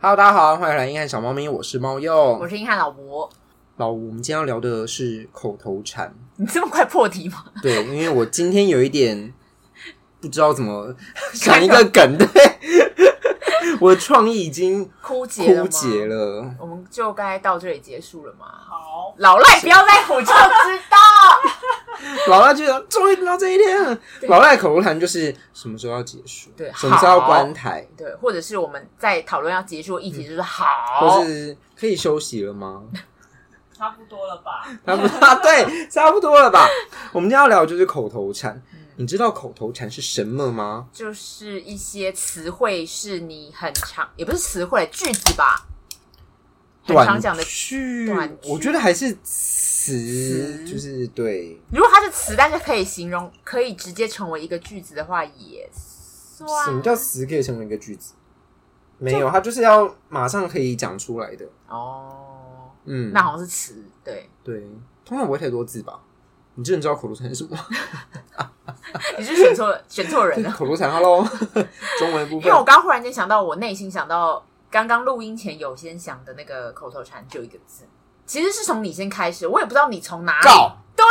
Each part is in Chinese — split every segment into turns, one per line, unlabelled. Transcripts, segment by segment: Hello，大家好，欢迎来硬汉小猫咪，我是猫鼬
我。是硬汉老伯。
老吴，我们今天要聊的是口头禅，
你这么快破题吗？
对，因为我今天有一点不知道怎么想一个梗，对， 我的创意已经
枯竭了
枯
吗？
竭了。
我们就该到这里结束了吗？
好，
老赖不要赖，我就知道。
老赖就想终于等到这一天了。老赖口头禅就是什么时候要结束，
对
什么时候要关台，
对，或者是我们在讨论要结束的议题，就是
嗯或
好，
是可以休息了吗？
差不多了吧？
差不多，对，差不多了吧？我们今天要聊的就是口头禅。
嗯
你知道口头禅是什么吗？
就是一些词汇是你很常，也不是词汇句子吧，很
短
常讲的。
句，
短句
我觉得还是词，
词
就是对，
如果它是词，但是可以形容，可以直接成为一个句子的话，也算。
什么叫词可以成为一个句子？没有，它就是要马上可以讲出来的。
哦？
嗯，
那好像是词，对。
对，通常不会太多字吧？你真的知道口头禅是什么吗？
你是选错了，选错人 了。
口头禅，Hello，中文部
因为
分
我刚忽然间想到，我内心想到刚刚录音前有先想的那个口头禅，只有一个字，其实是从你先开始，我也不知道你从哪里。
告，
对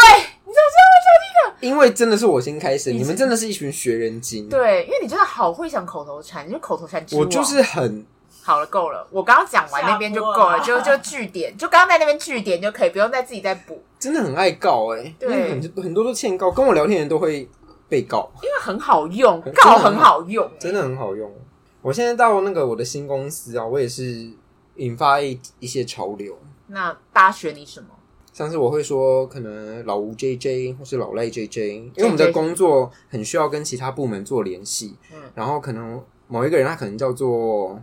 因为真的是我先开始，
你
你
是
们真的是一群学人精。，
对，因为你真的好会想口头禅，你是口头禅之
我
王。
就是很
好了，够了，我刚刚讲完那边就够了，
吓
就就据点，就刚刚在那边据点就可以，不用再自己再补，
真的很爱告哎、欸，
对
因为很很多都欠告，跟我聊天的人都会被告，
因为很好用，
真的
告
很好
很好用，
真的很好用。我现在到那个我的新公司啊，我也是引发一一些潮流，
那大家学你什么？
像是我会说可能老吴 JJ 或是老赖 JJ，因为我们的工作很需要跟其他部门做联系，
嗯
然后可能某一个人他可能叫做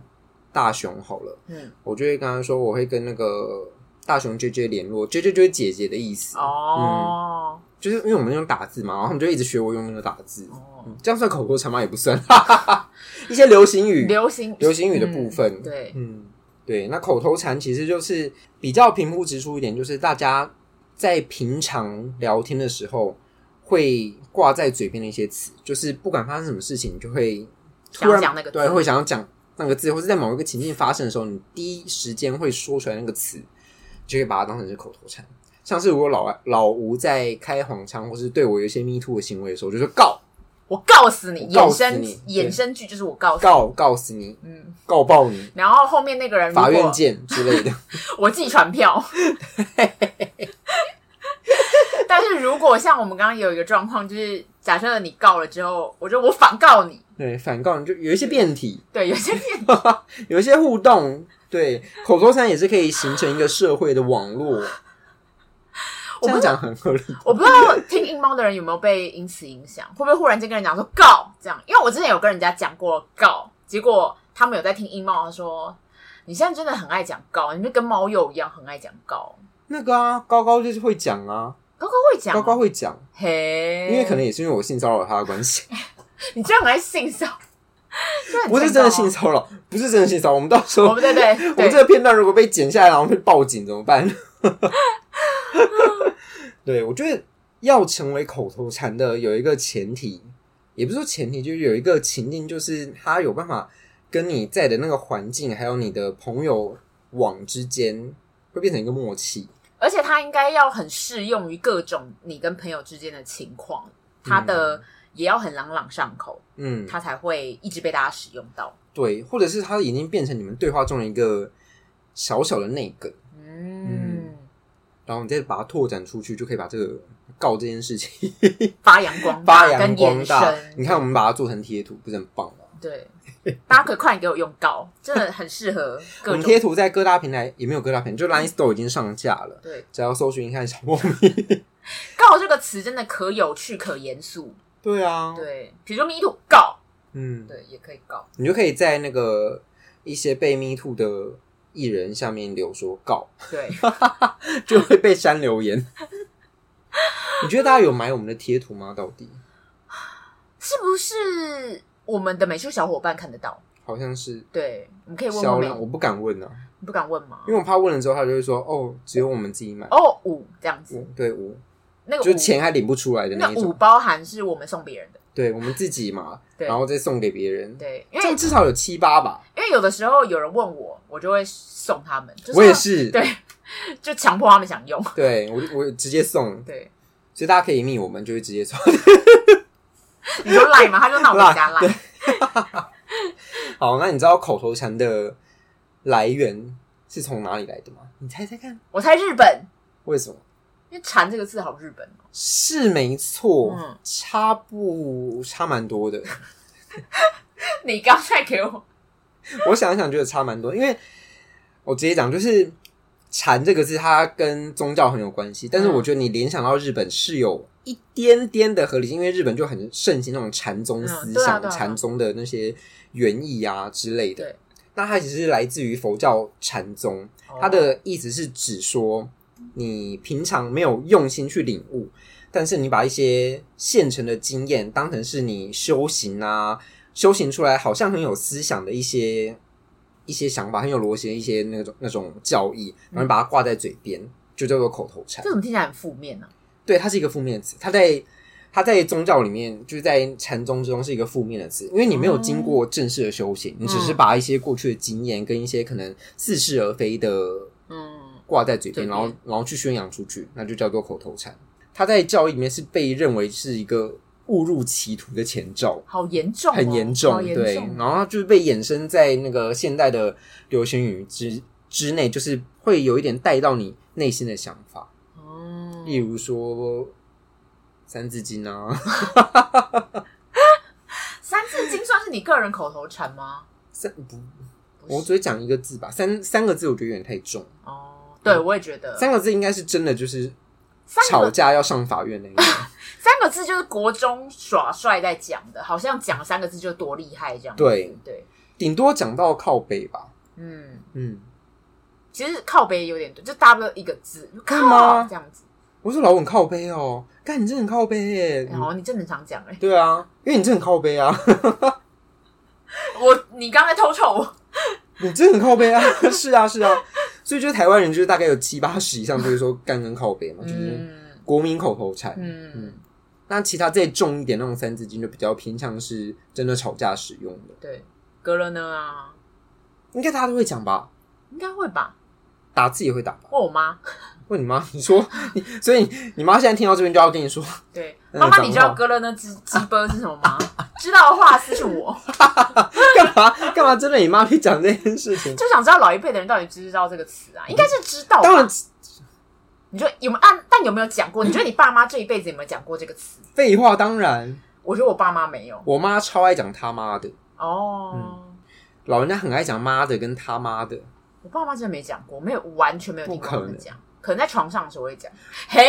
大雄好了，
嗯，
我就会跟他说我会跟那个大雄 JJ 联络，JJ 就是姐姐的意思，
哦，
就是因为我们用打字嘛，然后他们就一直学我用那个打字，
哦，
这样算口头禅吗？也不算， 哈哈哈一些流行语，
流行
流行语的部分，
嗯对
嗯，对，那口头禅其实就是比较平铺直出一点，就是大家在平常聊天的时候会挂在嘴边的一些词，就是不管发生什么事情，你就会突然
想要讲那个字
对，会想要讲那个字，或是在某一个情境发生的时候，你第一时间会说出来那个词，就会把它当成是口头禅。像是如果老老吴在开黄腔，或是对我有一些 me too 的行为的时候，我就说告
我告诉你，
我告
衍
诉
生
你对
衍生句就是我告诉你，
告告死你，
嗯，
告爆你，
然后后面那个人如果
法院见之类的。
我寄传 票。但是如果像我们刚刚有一个状况，就是假设你告了之后，我就我反告你，
对，反告你就有一些变体，
对，有些变
有一些互动。对，口头禅也是可以形成一个社会的网络。这
我不
样
是
讲很合理。
我不知道听硬猫的人有没有被因此影响，会不会忽然间跟人讲说告这样？因为我之前有跟人家讲过告，结果他们有在听硬猫，他说你现在真的很爱讲告，你就跟猫鼬一样很爱讲告，
那个啊，高高就是会讲啊，
高高会讲
高
哦，
高会讲，
嘿，
因为可能也是因为我性骚扰他的关 系，
你这样来性骚扰，这很
不是真的性
骚
骚扰，不是真的性骚扰。我们到时候
我们对对
我们
对
这个片段如果被剪下来，然后被报警怎么办？ 对，我觉得要成为口头禅的有一个前提，也不是说前提，就是有一个情境，就是他有办法跟你在的那个环境，还有你的朋友网之间会变成一个默契。
而且它应该要很适用于各种你跟朋友之间的情况，它的也要很朗朗上口，
嗯，
它才会一直被大家使用到。
对，或者是他已经变成你们对话中的一个小小的内梗，
嗯，
然后你再把它拓展出去，就可以把这个告这件事情
发扬光
发
大
扬
跟
光
延
大。你
伸，
看，我们把它做成贴图，不是很棒吗？
对，大家可以快点给我用告，真的很适合
我
各
们
种嗯
贴图在各大平台也没有各大平台，就 Line Store 已经上架了，
对
只要搜寻一下小猫咪。
告这个词真的可有趣可严肃，
对啊，，
对，比如说迷途告，
嗯，
对，也可以告，
你就可以在那个一些被 Me Too 的艺人下面留说告，
对，
就会被删留 言。你觉得大家有买我们的贴图吗？到底
是不是我们的美术小伙伴看得到？
好像是
对，我们可以问
销
问美
量，我不敢问啊，
你不敢问吗
因？为我怕问了之后他就会说哦，只有我们自己买，
哦，五这样子，
对，五
那个
就
五
钱还领不出来的
那
那一
五
种。
包含是我们送别人的，
对我们自己嘛，
对
然后再送给别人，
对，因
这
为
样至少有七八吧。
因为有的时候有人问我，我就会送他们，就是、
我也，是，
对， 就强迫他们想用，
对我我直接送，
对，
所以大家可以密我们，就会直接送。
你说赖嘛，他就那我们家赖，
好，那你知道口头禅的来源是从哪里来的吗？你猜猜看，
我猜日本，
为什么？
因为“蝉”这个字好日本哦，
是没错，
嗯
差不差蛮多的。
你刚才给我，
我想一想，觉得差蛮多，因为我直接讲，就是“禅”这个字，它跟宗教很有关系。但是
嗯
我觉得你联想到日本是有一点点的合理性，因为日本就很盛行那种禅宗思
嗯对啊
想、
对啊
禅宗的那些原意啊之类的
对。
那它其实是来自于佛教禅宗，它的意思是指说你平常没有用心去领悟，但是你把一些现成的经验当成是你修行啊，修行出来好像很有思想的一些一些想法，很有逻辑的一些那种那种教义，然后你把它挂在嘴边，就叫做口头禅
这。怎么听起来很负面啊呢、
对，它是一个负面词，它在它在宗教里面，就是在禅宗之中是一个负面的词，因为你没有经过正式的修行，你只是把一些过去的经验跟一些可能似是而非的
嗯，
挂在嘴边，
嘴边
然后然后去宣扬出去，那就叫做口头禅。它在教义里面是被认为是一个误入歧途的前兆，
好严重、哦，
很严重，
好严
对。
重
然后它就是被衍生在那个现代的流行语之之内，就是会有一点带到你内心的想法，
哦
例如说《三字经》啊，
三字经算是你个人口头禅吗？
三不，
不是
我只会讲一个字吧，三三个字我觉得有点太重，
哦，对，我也觉得
嗯三个字应该是真的就是
三
吵
个
架要上法院那 个。
三个字就是国中耍帅在讲的，好像讲三个字就多厉害这样子。
对
对，
顶多讲到靠北吧。
嗯，
嗯，
其实靠北也有点多，就大不了一个字，
干嘛
靠这样子。
我说老稳靠背哦，干你真的很靠背耶。
然后你正常讲哎、
对啊，因为你真的很靠背啊，
我你刚才偷瞅我，
你真的很靠背啊， 是啊是啊。所以就是台湾人就是大概有七八十以上就是说干跟靠背嘛，就是
嗯
国民口头禅。
嗯，
那其他再重一点那种三字经就比较偏向是真的吵架使用的，
对，隔了呢啊，
应该大家都会讲吧。
应该会吧？
打字也会打吧？
问我妈，
问你妈，你说 你，所以你妈现在听到这边就要跟你说，
对，
嗯
妈妈
讲
你知道
话
隔了呢鸡鸡波是什么吗？ 知道的话私信我，
干嘛干嘛？真的，你妈去讲这件事情，
就想知道老一辈的人到底知不知道这个词啊？应该是知道吧，
当然
你说有没有按？但有没有讲过？你觉得你爸妈这一辈子有没有讲过这个词？
废话，当然。
我觉得我爸妈没有
我妈超爱讲他妈的，
哦。
老人家很爱讲妈的跟他妈的，
我爸妈真的没讲过，没有完全没有听过他
不可
们
能
讲，可能在床上的时候会讲。嘿，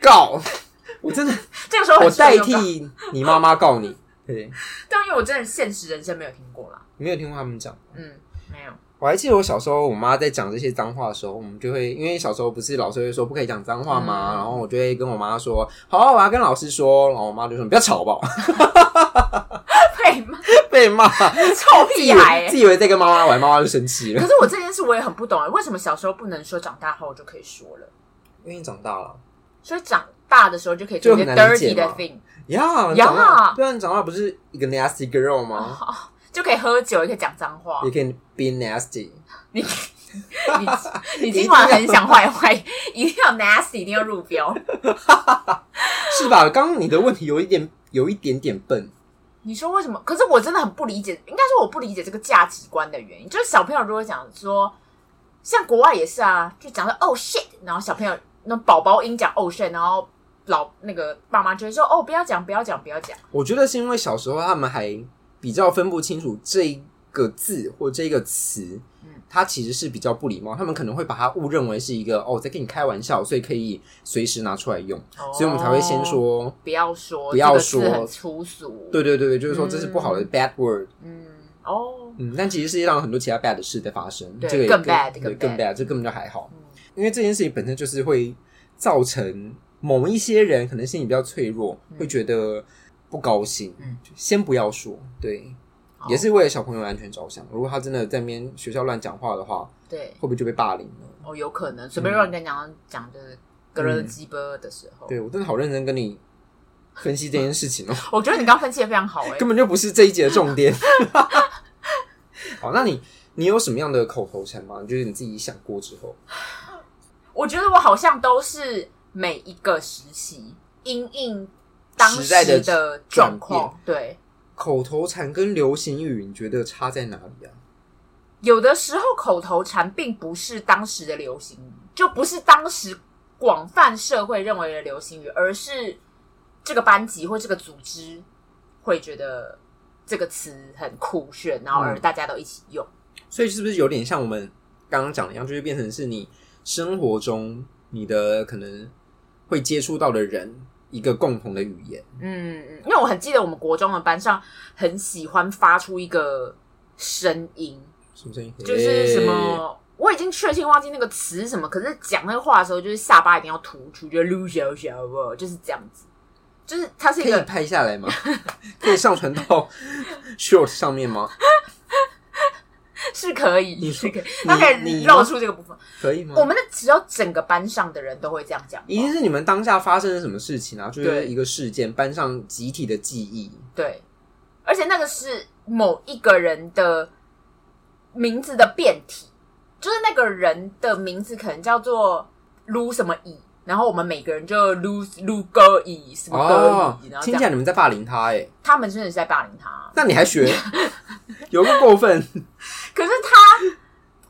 告！ 我真的，
这个时候很
我代
适用到，
替你妈妈告你。 对，
但因为我真的现实人生没有听过啦，
你没有听过他们讲。
嗯，没有，
我还记得我小时候，我妈在讲这些脏话的时候，我们就会因为小时候不是老师会说不可以讲脏话吗？
嗯
然后我就会跟我妈说：“好，啊我要跟老师说。”然后我妈就说：“你不要吵吧。
呸妈，”
被骂，
臭
自
屁
以
孩
为
欸！
自以为在跟妈妈玩，妈妈就生气
可
了。
是我这件事我也很不懂欸，为什么小时候不能说，长大后就可以说了？
因为你长大了
所以长大的时候就可以做一
就
个
很难理
dirty
解
的
嘛
thing，
呀，你
呀
长大对啊，你长大不是一个 nasty girl 吗？
就可以喝酒，也可以讲脏话
也。可以 be nasty。
你 你你今晚很想坏坏，一定要 nasty，一定要入标。
是吧？刚刚你的问题有一点有一点点笨，
你说为什么？可是我真的很不理解，应该说我不理解这个价值观的原因，就是小朋友如果讲说，像国外也是啊，就讲到 oh shit，然后小朋友那宝宝音讲 oh shit，然后老那个爸妈就会说哦不要讲不要讲不要讲，
我觉得是因为小时候他们还比较分不清楚这个字或这个词
嗯，
它其实是比较不礼貌，他们可能会把它误认为是一个哦，在跟你开玩笑，所以可以随时拿出来用，所以我们才会先说，
哦不要说，
不要
这个字
说
很粗俗，
对对对对，就是说这是不好的
嗯
bad word，
嗯哦
嗯，但其实世界上有很多其他 bad 的事在发生，
对
这个也
更 bad，
对
更
更
bad
bad，这根本就还好
嗯，
因为这件事情本身就是会造成某一些人可能心里比较脆弱，
嗯
会觉得不高兴，
嗯哦
就先不要说，对，
好
也是为了小朋友安全着想。如果他真的在那边学校乱讲话的话，
对
会不会就被霸凌了？
哦有可
嗯
能随便乱跟人家讲讲就是咯咯鸡巴的时候，
对我真的好认真跟你分析这件事 情哦，
我觉得你刚刚分析的非常好哎、
根本就不是这一节的重 点。好，那你你有什么样的口头禅吗？就是你自己想过之后，
我觉得我好像都是每一个实习因应当
时代的
时的状况，对，
口头禅跟流行语你觉得差在哪里啊？
有的时候口头禅并不是当时的流行语，就不是当时广泛社会认为的流行语，而是这个班级或这个组织会觉得这个词很酷炫，然后
嗯
而大家都一起用。
所以是不是有点像我们刚刚讲的一样，就是变成是你生活中你的可能会接触到的人一个共同的语言？
嗯，嗯因为我很记得我们国中的班上很喜欢发出一个声音，
什么声音？
就是什么，我已经确切忘记那个词是什么，可是讲那个话的时候，就是下巴一定要突出，就撸小小哦，就是这样子，就是它是
欸？
一
可以
个
拍下来吗？ 可以上传到 short 上面吗？
是可以，
你
是
说
可以，
你
它可以
你嗯
露出这个部分。
可以吗？
我们的只有整个班上的人都会这样讲话，
一定是你们当下发生了什么事情啊？就是
对
一个事件，班上集体的记忆。
对，而且那个是某一个人的名字的变体，就是那个人的名字可能叫做撸什么乙，然后我们每个人就撸撸哥乙什么哥
哦
乙，然，后这
听起来
样，
你们在霸凌他哎、
他们真的是在霸凌他。
那你还 学，有个过分。
可是他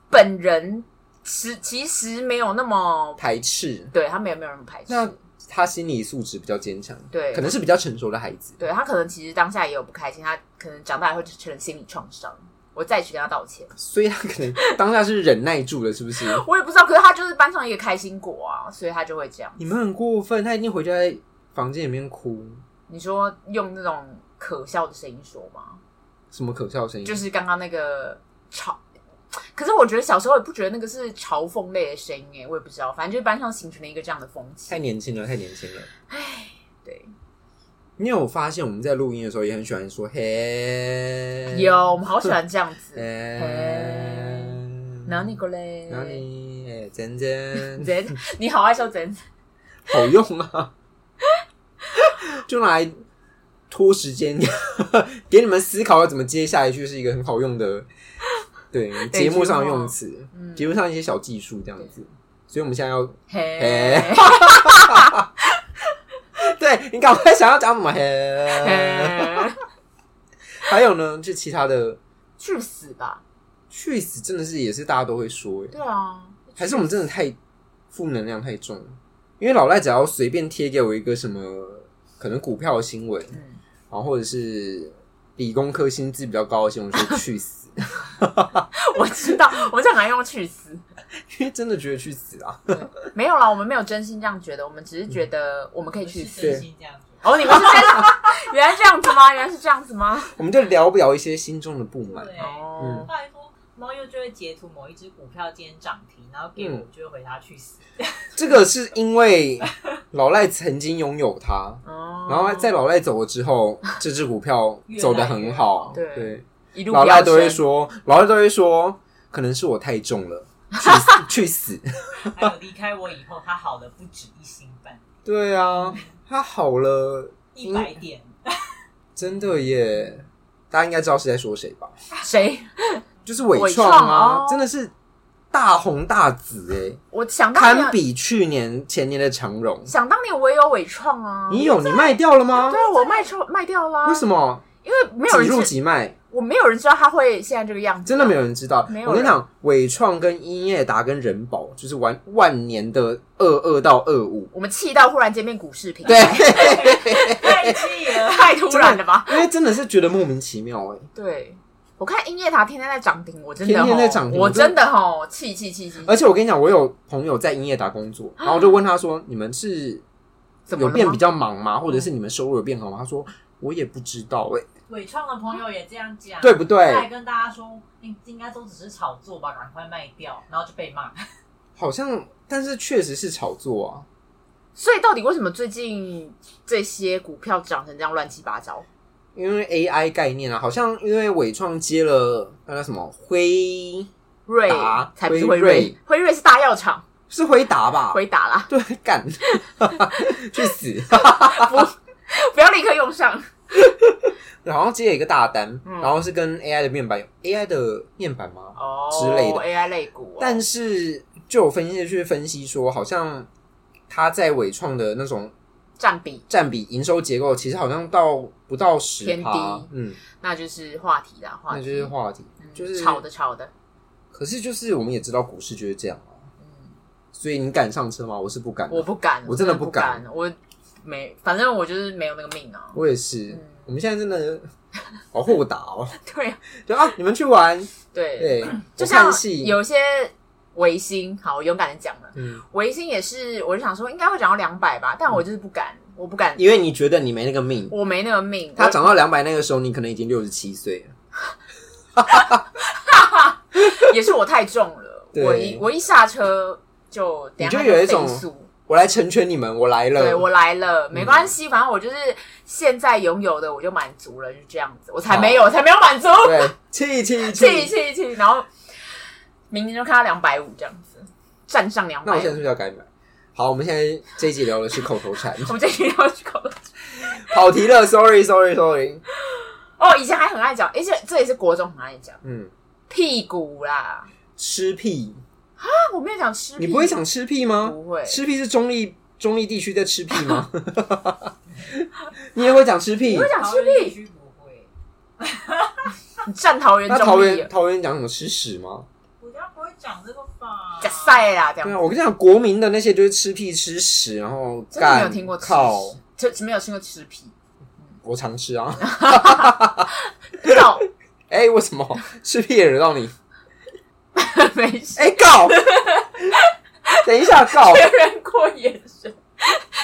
本人其其实没有那么，
排斥，
对他没有没有那么排
那
斥，
他心理素质比较坚强，
对
可能是比较成熟的孩子。
对他可能其实当下也有不开心，他可能长大以后就成了心理创伤。我再去跟他道歉，
所以他可能当下是忍耐住了，是不 是？
我也不知道，可是他就是班上一个开心果啊，所以他就会这样。
你们很过分，他一定回家在房间里面哭，
你说用那种可笑的声音说吗？
什么可笑的声音？
就是刚刚那个嘲，可是我觉得小时候也不觉得那个是嘲讽类的声音诶，我也不知道，反正就是班上形成了一个这样的风
太
气。
年轻了，太年轻了。
对，
你有发现我们在录音的时候也很喜欢说嘿，
有，我们好喜欢这样子。
嘿，
然后那个嘞，
哎哪里？哎，真真
人， 你好爱笑人，
好用啊， 就拿来拖时间， 给你们思考要怎么接下一句是一个很好用的，对节目上的用词，
嗯
节目上一些小技术这样子。所以我们现在要，
嘿
嘿，对你赶快想要讲什么？嘿，
嘿，
还有呢，就其他的
去死吧！
去死，真的是也是大家都会说耶，欸
对啊，
还是我们真的太负能量太重了？因为老赖只要随便贴给我一个什么可能股票的新闻，
嗯，
然后或者是理工科薪资比较高的新闻，说去死，
我知道，我这很难用去死。
因为真的觉得去死啊！
没有啦，我们没有真心这样觉得，我们只是觉
嗯
得我们可以去
是
死。
真心这样子。
哦，你们是这样， 原来这样子吗？原来是这样子吗？
我们就聊不了一些心中的不满。
对，
哦，
拜托，猫又就会截图某一只股票今天涨停，然后给我就会回他去死。
这个是因为老赖曾经拥有它，
哦，
嗯然后在老赖走了之后，这只股票走得很好。
越来越好
对，
哦一路
老赖都会
飙升，
说，老赖都会说，可能是我太重了，去死去死。
还有离开我以后，他好的不止一星半，
对啊，他好了，
一百点。
真的耶！大家应该知道是在说谁吧？
谁？
就是伟
伟创
创啊，
哦
真的是大红大紫哎、
我想当
堪
年，
比去年前年的长荣。
想当年我也有伪创啊，
你有你卖掉了吗
对？啊，我卖出卖掉啦。
为什？么
因为没有
几
人
入
知
几卖？
我没有人知道他会现在这个样子，啊
真的没有人知道。
没有人
我跟你讲，伟创跟英业达跟人保就是玩万年的二二到二五，
我们气到忽然间变股市平，
对，，
太气了！
太突然了吧？
因为真的是觉得莫名其妙哎、
对，我看音乐塔天天在涨停，我真的
天天
吼
在涨停
我
我真
真的吼气气气气，
而且我跟你讲，我有朋友在英业达工作，
啊
然后我就问他说：“你们是
怎么
有
了啊
变
吗
比较忙吗？或者是你们收入有变好吗？”他说：“我也不知道哎、
伟创的朋友也这样讲，
对不对
哎
他还跟大家说，应应该都只是炒作吧，赶快卖掉，然后就被骂。
好像，但是确实是炒作啊。
所以到底为什么最近这些股票涨成这样乱七八糟？
因为 AI 概念啊，好像因为伟创接了那叫什么辉，
瑞
达
才不是辉
辉
瑞
瑞，啊
辉瑞是大药厂，
是辉达吧？
辉达啦，
对，干去死！
不要立刻用上。
然后接了一个大单，
嗯
然后是跟 AI 的面板有 AI 的面板吗？
哦
之类的
AI 类股、哦，
但是就有分析师去分析说，好像它在伟创的那种
占比
占比营收结构，其实好像到不到十
偏低
嗯，
那就是话题啦，话
那
题
就是话题，
嗯
就是
吵的吵的，
可是就是我们也知道股市就是这样啊，
嗯，
所以你敢上车吗？我是不敢的，
我不敢，
我真的
不
不敢
我没，反正我就是没有那个 命啊。
我也是。
嗯
我们现在真的好豁达哦，
对啊
就啊，你们去玩，
对，
对，
就
我看
像
戏，
有些维新，好，我勇敢的讲了，
嗯，
维新也是，我就想说应该会涨到两百吧，但我就是不敢，
嗯
我不敢，
因为你觉得你没那个命，
我没那个命。
它
我
涨到两百那个时候，你可能已经六十七岁了。
也是我太重了，
对
我一我一下车就，等一下
你就有一
飞
种嗯
速
我来成全你们，我来了。
对我来了，没关系，反正我就是现在拥有的，我就满足了，就这样子。我才没有，我才没有满足，
对，气气
气
气！
气气，然后明天就看到两百五这样子，站上两
那
百
我现在是不
五。
是要改买？好，我们现在这一集聊的是口头 禅，
我们这期要去考
跑题了，sorry sorry sorry。
哦，以前还很爱讲，而且这也是国中很爱讲
嗯，
屁股啦。
吃屁，
啊，我没有讲吃屁，
你不会讲吃屁吗？
不会
吃屁是中立中立地区在吃屁吗？ 你也会讲吃屁
不？会讲
桃
吃
园地
屁，
区不会，
你站桃园
那
中
桃
立
园
了，
桃园讲什么吃屎吗？
我家不会讲这个吧？
假赛啦，这
对
样
啊，我跟你讲，国民的那些就是吃屁吃屎，然后
真的没有
干
听过吃
靠，，
就没有听过吃屁，
我常吃啊。
告
哎、为什么吃屁也惹到你？
没事。
哎、告！ 等一下告！
确认过眼神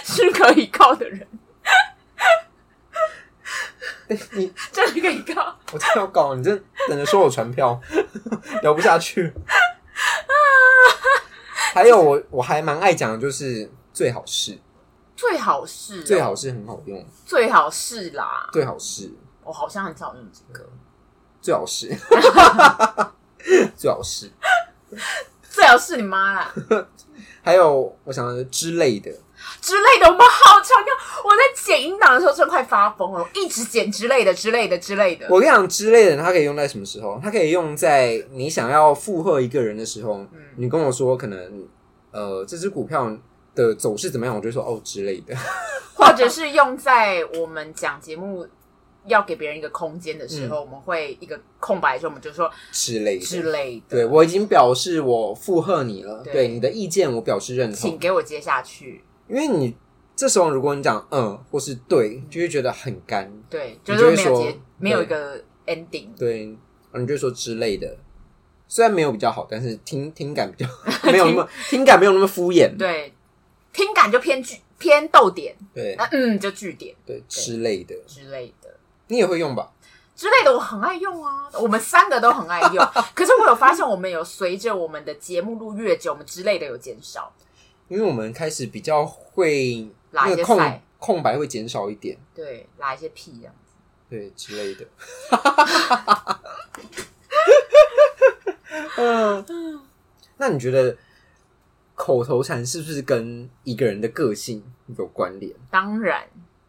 是可以告的人，
你
真的可以告。
我真的要告你，真等着收我传票， 聊不下去。还有我我还蛮爱讲的就是最好是
最好是哦、
最好是很好用，
最好是啦，
最好是
我好像很少用这个。
最好是 最好是，
最好是你妈啦
还有我想的之类的，
之类的，我们好常用。我在剪音档的时候真的快发疯了，我一直剪之类的、之类的、之类的。
我跟你讲，之类的，它可以用在什么时候？它可以用在你想要附和一个人的时候。
嗯
你跟我说，可能呃，这只股票的走势怎么样，我就说哦之类的。
或者是用在我们讲节目要给别人一个空间的时候，
嗯
我们会一个空白的时候，我们就说
之类的。
之类的，
对，我已经表示我附和你了，
对
对你的意见我表示认
请
同，
给我接下去。
因为你这时候如果你讲嗯或是对，就会觉得很干，
对，就
你
是
就会
没有
说
结，没有
对
一个 ending。
对，然后你就说之类的。虽然没有比较好，但是听听感比较 没有那 么听感没有那么敷衍，
对，听感就偏句偏逗点，
对
那嗯就句点
对之类的，
之类的
你也会用吧？
之类的，我很爱用啊，我们三个都很爱 用。可是我有发现，我们有随着我们的节目录越久，我们之类的有减少。
因为我们开始比较会
拉一
那
些
个
赛
空空白会减少一点，
对，拉一些屁啊，
对之类 的。嗯，那你觉得口头禅是不是跟一个人的个性有关联？
当然，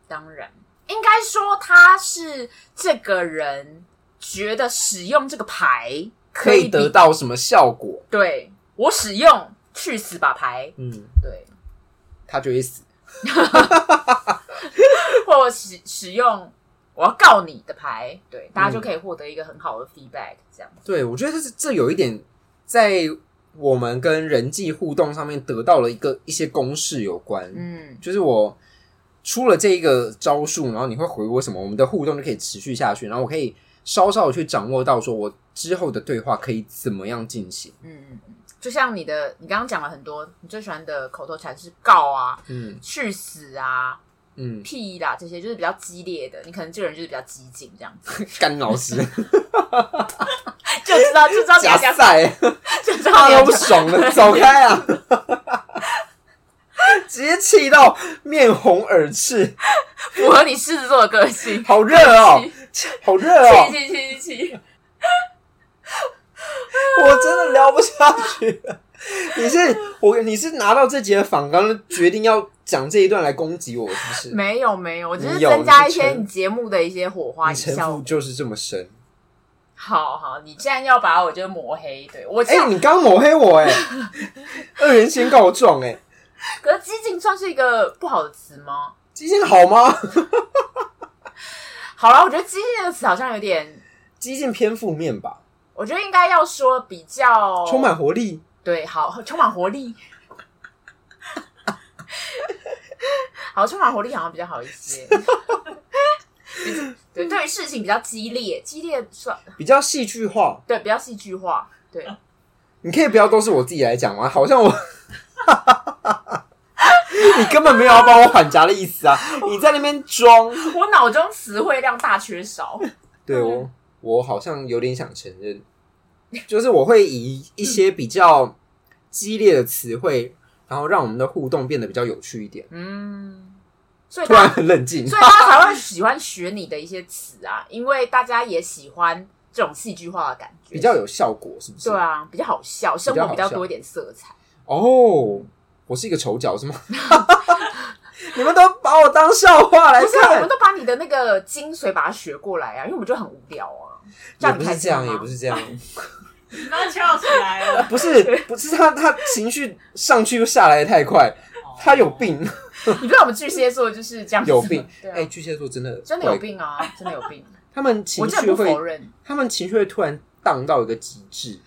当然，应该说他是这个人觉得使用这个牌
可以
比
得到什么效果？
对我使用去死吧牌，
嗯，
对，
他就会死。
或使使用我要告你的牌，对，大家就可以获得一个很好的 feedback，这样。
对，我觉得这是这有一点在我们跟人际互动上面得到了一个一些公式有关。
嗯，
就是我出了这一个招数，然后你会回我什么，我们的互动就可以持续下去，然后我可以稍稍的去掌握到，说我之后的对话可以怎么样进行。
嗯嗯嗯，就像你的，你刚刚讲了很多，你最喜欢的口头禅是告啊、
嗯
去死啊、
嗯，
屁啦，这些就是比较激烈的。你可能这个人就是比较激进，这样 子
干老师
就知道就知道你
假
要讲，
赛，
就知道
他
你要
都不
讲。
爽了， 走开啊！直接气到面红耳赤，
符合你狮子座的个性。
好热哦，好热哦
气，气气气气！
我真的聊不下去了。 你是我，你是拿到这节访纲，决定要讲这一段来攻击我，是不是？
没有没有，我只是
你有
增加一
你是
些
成
你节目的一些火花
你城
效
府
果。
就是这么深。
好好，你现在要把我就抹黑，对我这
哎、
样、
你刚抹黑我、 哎，恶人先告状、哎，
可是激进算是一个不好的词吗？
基金好吗？
好了，我觉得激进这个词好像有点，
激进偏负面吧，
我觉得应该要说比较
充满活力。
对，好，充满 活力。好，充满活力好像比较好 一些。对，对于事情比较激烈，激烈算
比较戏剧化。
对比较戏剧化。对，
你可以不要都是我自己来讲吗？好像我， 你根本没有要帮我缓颊的意思啊！你在那边 装。
我脑中词汇量大缺少。
对我，
嗯
我好像有点想承认，就是我会以一些比较激烈的词汇，然后让我们的互动变得比较有趣一点。
嗯，所以
突
大
然
家
很冷静，
所以大家才会喜欢学你的一些词啊，因为大家也喜欢这种戏剧化的感觉，
比较有效果，是不是？
对啊，比较好笑，生活比较多一点色彩。
哦，我是一个丑角是吗？ 你们都把我当笑话来
不是啊，我
看
们，都把你的那个精髓把它学过来啊，因为我们就很无聊啊。
也
让
不
你
是
开
这
心吗
样，也不是这样。
你妈翘起来了，
不是不是他他情绪上去又下来的太快， 他有
哦
病啊
你知道我们巨蟹座就是这样子
有病。
哦 对啊
哎、巨蟹座真的
真的有
怪，
病啊，真的有 病。
他们
我
情
真
绪
的不
会
否认，
他们情绪会突然荡到一个极致，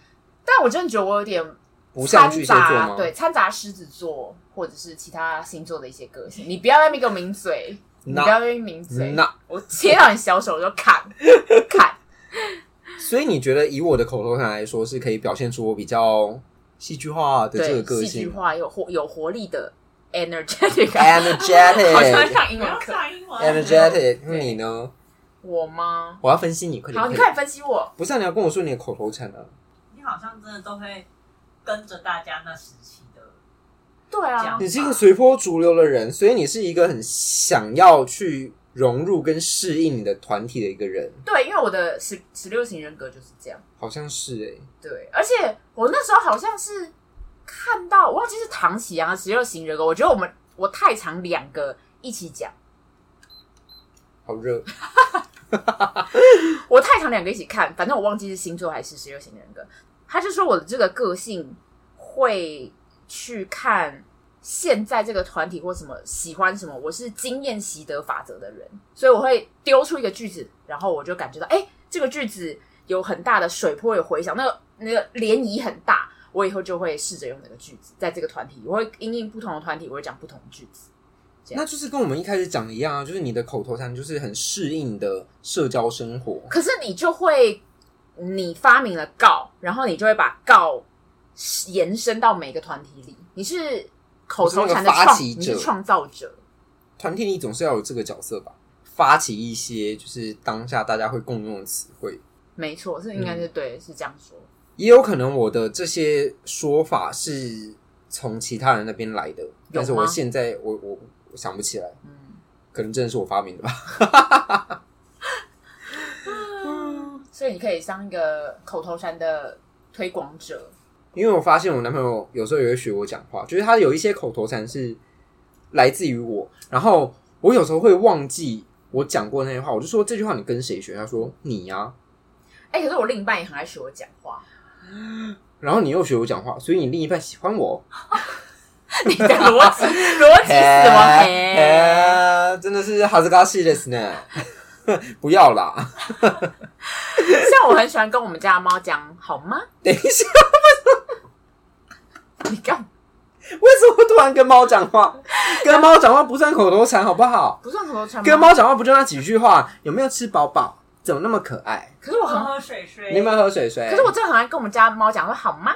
但我真的觉得我有点
不像
掺
巨蟹座
杂，
吗？
对，，掺杂狮子座或者是其他星座的一些个性。你不要在那边给我抿嘴，你不要在那边抿嘴，
那
我切到你小手就砍 砍。
所以你觉得以我的口头禅来说，是可以表现出我比较戏剧化的这个
对，
个
戏剧
性
化有活有活力的 energetic，好啊 像
，energetic，energetic。
上英
不
文
要
课。
上英文
energetic，那你呢？
我吗？
我要分析你，快点！
好，你快点分析我。
不是、啊、你要跟我说你的口头禅啊？
你好像真的都会跟着大家那时期的，
对啊
讲，
你是一个随波逐流的人，所以你是一个很想要去融入跟适应你的团体的一个人，
对，因为我的十十六型人格就是这样。
好像是哎、
对，而且我那时候好像是看到，我忘记是唐启阳的十六型人格，我觉得我们我太常两个一起讲，
好热。
我太常两个一起看，反正我忘记是星座还是十六型人格。他就说我的这个个性会去看现在这个团体或什么喜欢什么，我是经验习得法则的人，所以我会丢出一个句子，然后我就感觉到，哎、这个句子有很大的水波有回响，那个那个涟漪很大，我以后就会试着用这个句子，在这个团体，我会因应不同的团体，我会讲不同的句子。这样
那就是跟我们一开始讲的一样啊，就是你的口头禅就是很适应你的社交生活，
可是你就会，你发明了告，然后你就会把告延伸到每个团体里。你是口头禅
你是那
的
个发
创，
起者
你是创造者，
团体里总是要有这个角色吧，发起一些就是当下大家会共用的词汇。
没错，是应该是对，是这样说。
也有可能我的这些说法是从其他人那边来的，但是我
吗
现在我我我想不起来，
嗯，
可能真的是我发明的吧。
所以你可以当一个口头禅的推广者。
因为我发现我男朋友有时候也会学我讲话，就是他有一些口头禅是来自于我，然后我有时候会忘记我讲过那些话，我就说这句话你跟谁学？他说你啊呀、
哎、可是我另一半也很爱学我讲话。
然后你又学我讲话，所以你另一半喜欢 我，
你的逻辑 逻辑死亡，哎、
嘿 真的是哈斯嘎系列呢， 不要啦！
像我很喜欢跟我们家的猫讲好吗？
等一下，
你干嘛
为什么突然跟猫讲话？跟猫讲话不算口头禅好不好？
不算口头禅吗？
跟猫讲话不就那几句话？有没有吃饱饱？怎么那么可爱？
可是我很
喝喝水水，
你有没有喝水水？
可是我真的很爱跟我们家猫讲说好吗？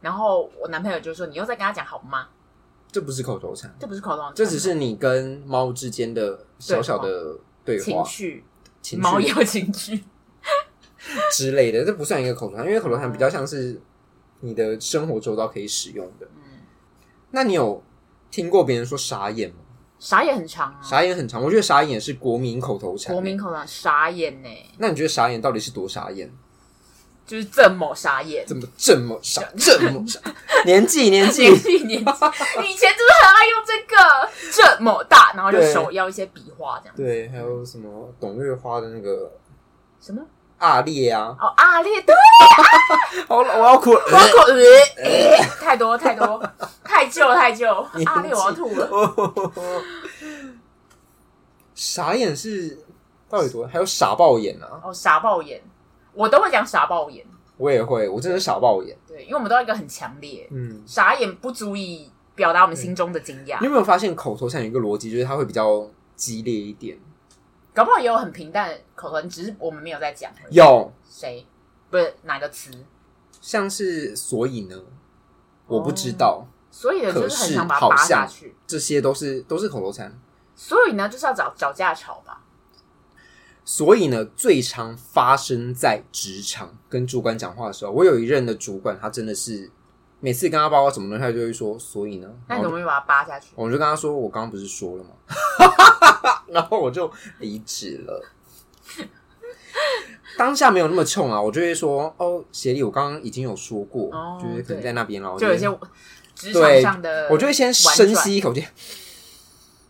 然后我男朋友就说你又在跟他讲好吗？
这不是口头禅，
这不是口头禅，
这只是你跟猫之间的小小的对
情
话、
绪，
情
猫也
绪
有嗯情绪。
之类的，这不算一个口头禅，因为口头禅比较像是你的生活周遭可以使用的。
嗯，
那你有听过别人说傻眼吗？
傻眼很长啊，
傻眼很长，我觉得傻眼也是国民口头禅。
国民口头禅傻眼呢、
那你觉得傻眼到底是多傻眼？
就是正某傻眼。
怎么这么 傻，这么傻？年纪年纪
年纪年纪， 你以前就是很爱用这个这某大，然后就
对
手要一些笔画这样。
对，还有什么董月花的那个
什么？
阿烈啊，哎
哦，阿列对，
好，我要哭了，
包括呃，太多太多，太旧太旧，
年纪
阿列我要吐了。
傻眼是到底多？还有傻爆眼啊，
哦，傻爆眼，我都会讲傻爆眼，
我也会，我真的傻爆眼。
对，因为我们都要一个很强烈，
嗯，
傻眼不足以表达我们心中的惊
你
讶，
有没有发现口头禅有一个逻辑，就是它会比较激烈一点？
搞不好也有很平淡的口头禅，只是我们没有在讲而已。
有，
谁？不是哪个词？
像是所以呢，我不知道，
所以呢，就
可
是
是
很想把它拔下去。
这些都是都是口头禅。
所以呢，就是要找找架吵吧。
所以呢，最常发生在职场跟主管讲话的时候。我有一任的主管，他真的是每次跟他报告什么东西，他就会说：“所以呢。”
那
然
你
后
容易把它扒下去？
我就跟他说：“我刚刚不是说了 吗？”然后我就离职了。当下没有那么冲啊，我就会说：“哦，协理，我刚刚已经有说过，
哦
就是可能
对
在那边了。”
就有一些职场
对
上的，
我就会先深吸
婉
一口气。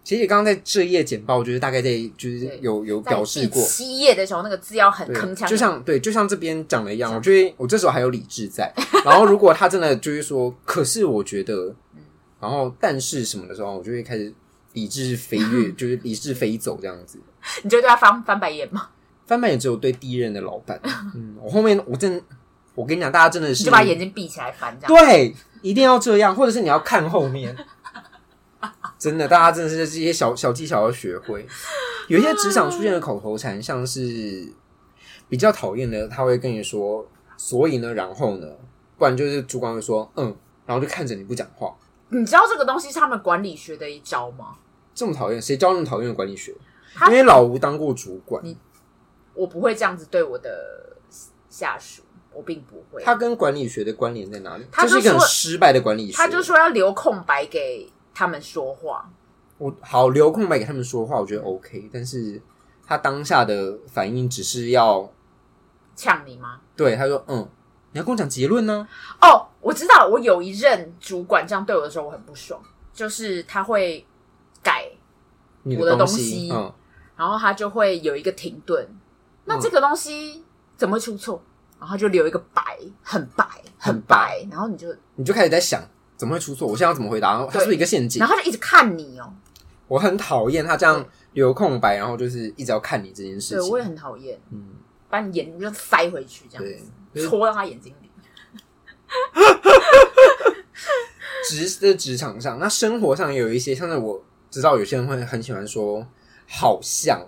其实刚刚在这页简报，就是大概在就是
对
有有
转在
表示
第
过，
七页的时候，那个字要很铿锵，
对，就像对，就像这边讲的一样，我觉得我这时候还有理智在。 然后如果他真的就是说，可是我觉得，
嗯
然后但是什么的时候，我就会开始理智飞 跃，就是理智飞走这样子。
你就对他翻翻白眼嘛，
翻版也只有对第一任的老板，嗯，我后面我真，我跟你讲，大家真的
你
是
就把眼睛闭起来翻这样。
对，一定要这样，或者是你要看后 面。真的，大家真的是这些小小技巧要学会。有一些职场出现的口头禅，像是比较讨厌的，他会跟你说“所以呢，然后呢”，不然就是主管会说“嗯”，然后就看着你不讲话。
你知道这个东西是他们管理学的一招吗？
这么讨厌，谁教那么讨厌的管理学？
他
因为老吴当过主管，
你我不会这样子对我的下属，我并不会。
他跟管理学的关联在哪里？
他
这
就是
一个很
说
失败的管理学。
他就说要留空白给他们说话，
我好留空白给他们说话，我觉得 OK，但是他当下的反应只是要
呛你吗？
对他说：“嗯，你要跟我讲结论呢、
哦，我知道了，我有一任主管这样对我的时候，我很不爽，就是他会改，
你
我的
东
东西
嗯，
然后他就会有一个停顿，那这个东西怎么会出错？然后就留一个白，很白，很
很白
白，然后你就，
你就开始在想怎么会出错，我现在要怎么回答？然后它
对
是不是一个陷阱
然？后他就一直看你哦，
我很讨厌他这样留空白，然后就是一直要看你这件事
对
情。
我也很讨厌，
嗯，
把你眼睛就塞回去这
对
样，
就
子，
是
戳到他眼睛里。
职在职场上，那生活上也有一些，像是我知道有些人会很喜欢说“好像”，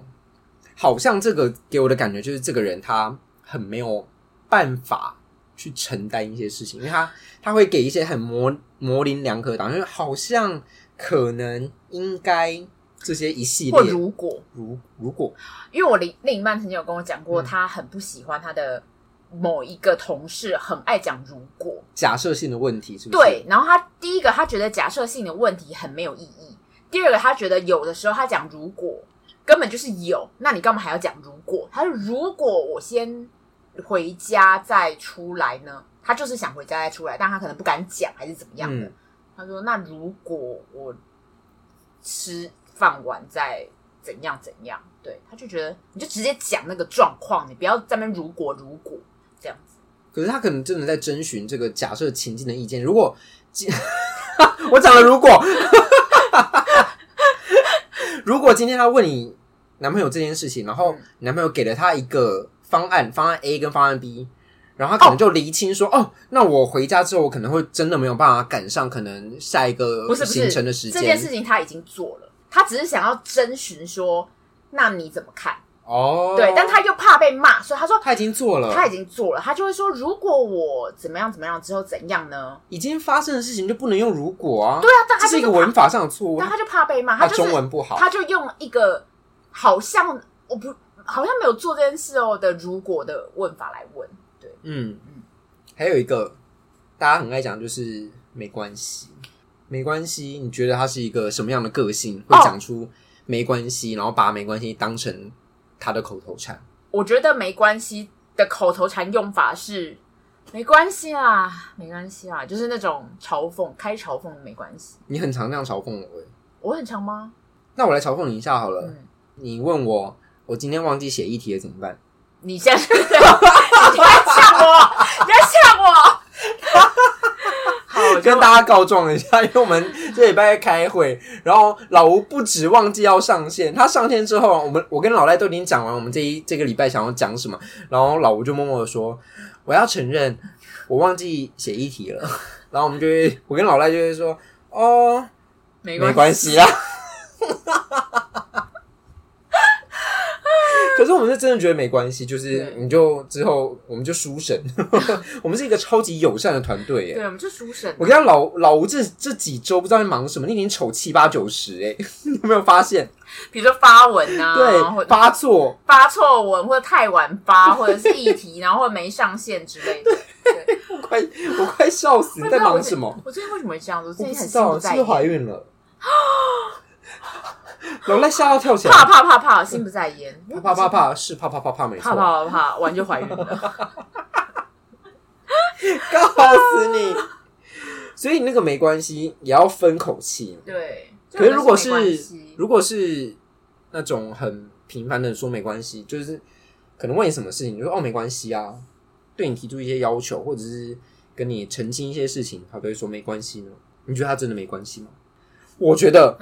好像这个给我的感觉就是这个人他很没有办法去承担一些事情，因为他他会给一些很模模棱两可的答案，就是好像、可能、应该这些一系
或
列。
如果，
如如果
因为我另另一半曾经有跟我讲过，
嗯
他很不喜欢他的某一个同事很爱讲如果，
假设性的问题是不是？
对，，然后他第一个他觉得假设性的问题很没有意义，第二个他觉得有的时候他讲如果根本就是有，那你干嘛还要讲如果？他说如果我先回家再出来呢？他就是想回家再出来，但他可能不敢讲还是怎么样的。
嗯
他说那如果我吃饭完再怎样怎样，对，他就觉得你就直接讲那个状况，你不要在那边如果如果这样子。
可是他可能真的在征询这个假设情境的意见。如果， 我讲了如果， 如果今天他问你男朋友这件事情，然后
嗯
你男朋友给了他一个方案，方案 A 跟方案 B，然后他可能就厘清说，哦那我回家之后，我可能会真的没有办法赶上可能下一个
不是不是
行程的时间。
这件事情他已经做了，他只是想要征询说，那你怎么看？
哦，
对，但他又怕被骂，所以他说
他已经做了，
他已经做了，他就会说，如果我怎么样怎么样之后怎样呢？
已经发生的事情就不能用如果啊，
对，啊，但
这
他
是
就
一个
怕
文法上的错误。
但他就怕被骂，
他
就是
中文不好，
他就用一个好像我不好像没有做这件事哦的如果的问法来问，对，
嗯
嗯，
还有一个大家很爱讲，就是没关系，没关系。你觉得他是一个什么样的个性，会
哦
讲出没关系，然后把没关系当成他的口头禅？
我觉得没关系的口头禅用法是“没关系啦，没关系啦”，就是那种嘲讽，开嘲讽的没关系。
你很常这样嘲讽我耶，
我很长吗？
那我来嘲讽你一下好了。
嗯，
你问我，我今天忘记写议题了怎么办？
你现在是不是你在呛我？你在呛我？好，我就
跟大家告状一下，因 为我们这礼拜开会，然后老吴不止忘记要上线，他上线之后，我们我跟老赖都已经讲完我们这一这个礼拜想要讲什么，然后老吴就默默的说：“我要承认，我忘记写议题了。” 然后我们就会，我跟老赖就会说：“哦，
没
没
关
关
系。
系啊。” 可是我们是真的觉得没关系，就是
对
你就之后我们就书审， 我们是一个超级友善的团队耶。
对，我们就书审
我。跟他老老吴这这几周不知道在忙什么，你已经丑七八九十哎、你 有没有发现？
比如说发文啊，
对，
或者
发作
发错文，或者太晚发，或者是议题，然后或者没上线之类的。
我快我快笑死！你在忙什么？
我最近为什么会这样子？我
我
最
不
近很
知
心
道，
不
是
在
不是怀
焉，
孕了？老赖吓到跳起来，
怕怕怕怕，心不在焉，
怕怕怕怕是怕怕怕怕没错
怕， 怕怕怕，完就怀孕了。
告死你！所以那个没关系，也要分口气。
对，
可是如果
就没关
是
系
如果是那种很频繁的说没关系，就是可能问你什么事情，你就说哦没关系啊，对你提出一些要求，或者是跟你澄清一些事情，他都会说没关系呢。你觉得他真的没关系吗？我觉 得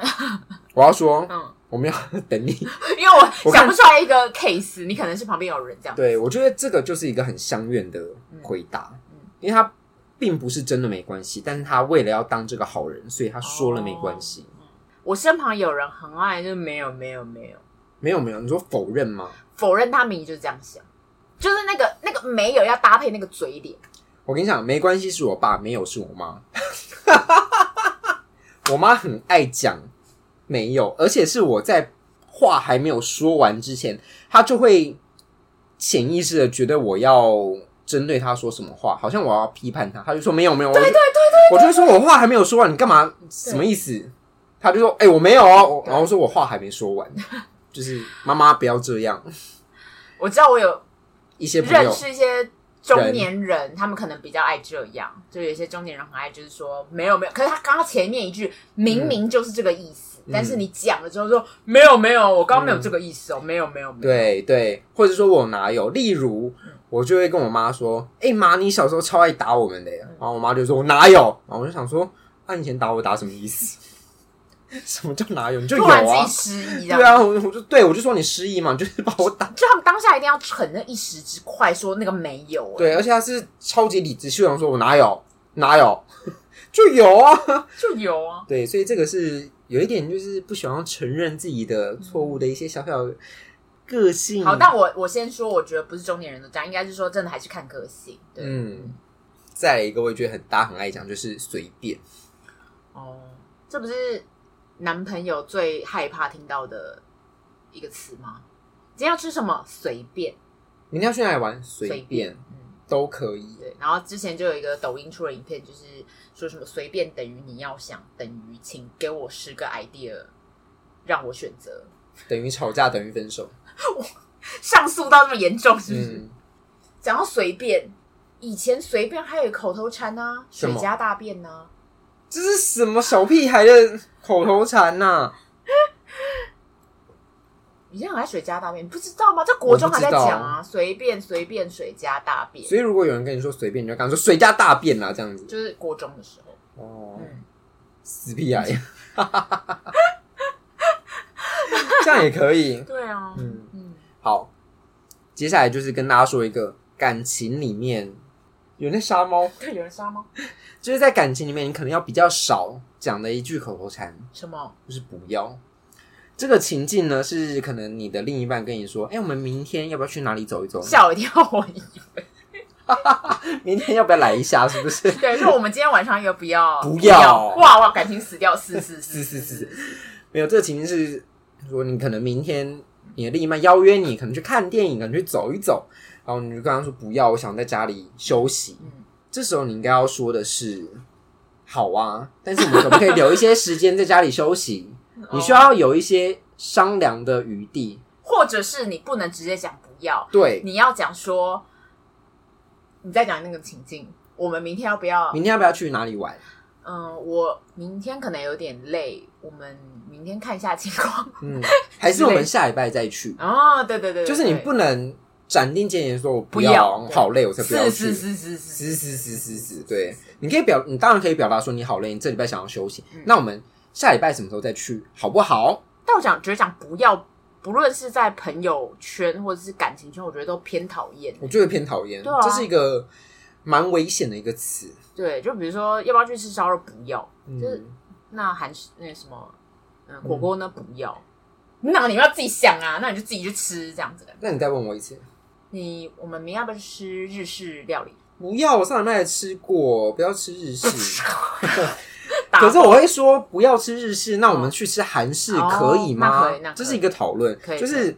我要说，
嗯，
我们要等你。
因为我
我看
想不出来一个 case，你可能是旁边有人这样。
对我觉得这个就是一个很相怨的回答，
嗯
因为他并不是真的没关系，但是他为了要当这个好人，所以他说了没关系。
哦我身旁有人很爱，就是没有没有没有，
没有没有，你说否认吗？
否认他明明就是这样想，就是那个那个没有要搭配那个嘴脸，
我跟你讲，没关系，是我爸，没有是我妈。 我妈很爱讲没有，而且是我在话还没有说完之前，她就会潜意识的觉得我要针对她说什么话，好像我要批判她，她就说没有没有，对对对对，我就会说我话还没有说完，你干嘛？什么意思？她就说哎、我没有哦，我然后说我话还没说完，就是妈妈不要这样。
我知道我有
一些朋
认
友
识一些中年人，他们可能比较爱这样，就有一些中年人很爱，就是说没有没有，可是他刚刚前面一句明明就是这个意思，
嗯
但是你讲了之后说没有没有，我刚刚没有这个意思哦，没有没有没有，，
对对，或者说我哪有？例如，我就会跟我妈说：“哎、妈，你小时候超爱打我们的耶。”然后我妈就说：“我哪有？”然后我就想说：“啊，你以前打我打什么意思？ 什么叫哪有？你就有
突然自己
啊？
失忆这
对
样。
啊，我我就对我就说你失忆嘛，你就是把我打。
就他们当下一定要逞那一时之快，说那个没有、欸，
对，而且啊他是超级理直气壮，说我哪有哪有 就有啊。
就有啊。
对，所以这个是有一点就是不想要承认自己的错误的一些小小的个性。啊
好，但我我先说，我觉得不是中年人都这样，应该是说真的还是看个性。对，
嗯，再来一个，我也觉得很大很爱讲，就是随便。
哦，这不是男朋友最害怕听到的一个词吗？今天要吃什么？随便，
明天要去哪里玩？随
随
便
嗯，
都可以。
对。然后之前就有一个抖音出了影片，就是说什么随便等于你要想等于请给我十个 idea 让我选择，
等于吵架，等于分 手。
上诉到这么严重是不是？
嗯，
讲到随便，以前随便还有一个口头禅啊，
什
水
么
加大便啊。
这是什么小屁孩的口头禅啊呐、
以前很爱水加大便，你不知道吗？在国中还在
我
讲
不
啊，随便随便水加大便，
所以如果有人跟你说随便，你就刚说谁家大便啊啦、这样子。
就是国中的时候。
哦，
嗯，
死屁孩， 这样也可以。
对啊，嗯
嗯，好，接下来就是跟大家说一个感情里面有人在杀猫，
对，有人杀吗？
就是在感情里面你可能要比较少讲的一句口头禅。
什么？
就是不要。这个情境呢，是可能你的另一半跟你说：“哎、我们明天要不要去哪里走一走？
吓我一跳！我以为
明天要不要来一下？是不是
对，说我们今天晚上要不要？
不要
哇哇，感情死掉，死死死
是是是，没有，这个情境是说你可能明天你的另一半邀约你，可能去看电影，可能去走一走，然后你就跟他说不要，我想在家里休息。
嗯
这时候你应该要说的是：好啊，但是我们可不可以留一些时间在家里休息？
嗯哦
你需要有一些商量的余地。
或者是你不能直接讲不要，
对，
你要讲说你再讲那个情境，我们明天要不要？
明天要不要去哪里玩？
嗯，我明天可能有点累，我们明天看一下情 况。
嗯，还是我们下礼拜再去？
哦，对对对，对
就是你
对
不能斩钉截铁说我不
不要
要，好累，我才不要
是
去。
是是是是，
是是是是是，对，你可以表，你当然可以表达说你好累，你这礼拜想要休息，
嗯
那我们下礼拜什么时候再去，好不好？
但我讲觉得讲不要，不论是在朋友圈或者是感情圈，我觉得都偏讨厌。
我觉得偏讨厌，
对啊
这是一个蛮危险的一个词，
对，就比如说要不要去吃烧肉，不要。就是
嗯，
那韩式那什么，嗯，火锅呢不要。那你们要自己想啊，那你就自己去吃这样子的。
那你再问我一次，
你我们明天要不要去吃日式料理？
不要，我上礼拜也吃过，不要吃日式。
打嗯
可是我会说不要吃日式，那我们去吃韩式可以吗？
哦那可以那可以
这是一个讨论
可，以
就是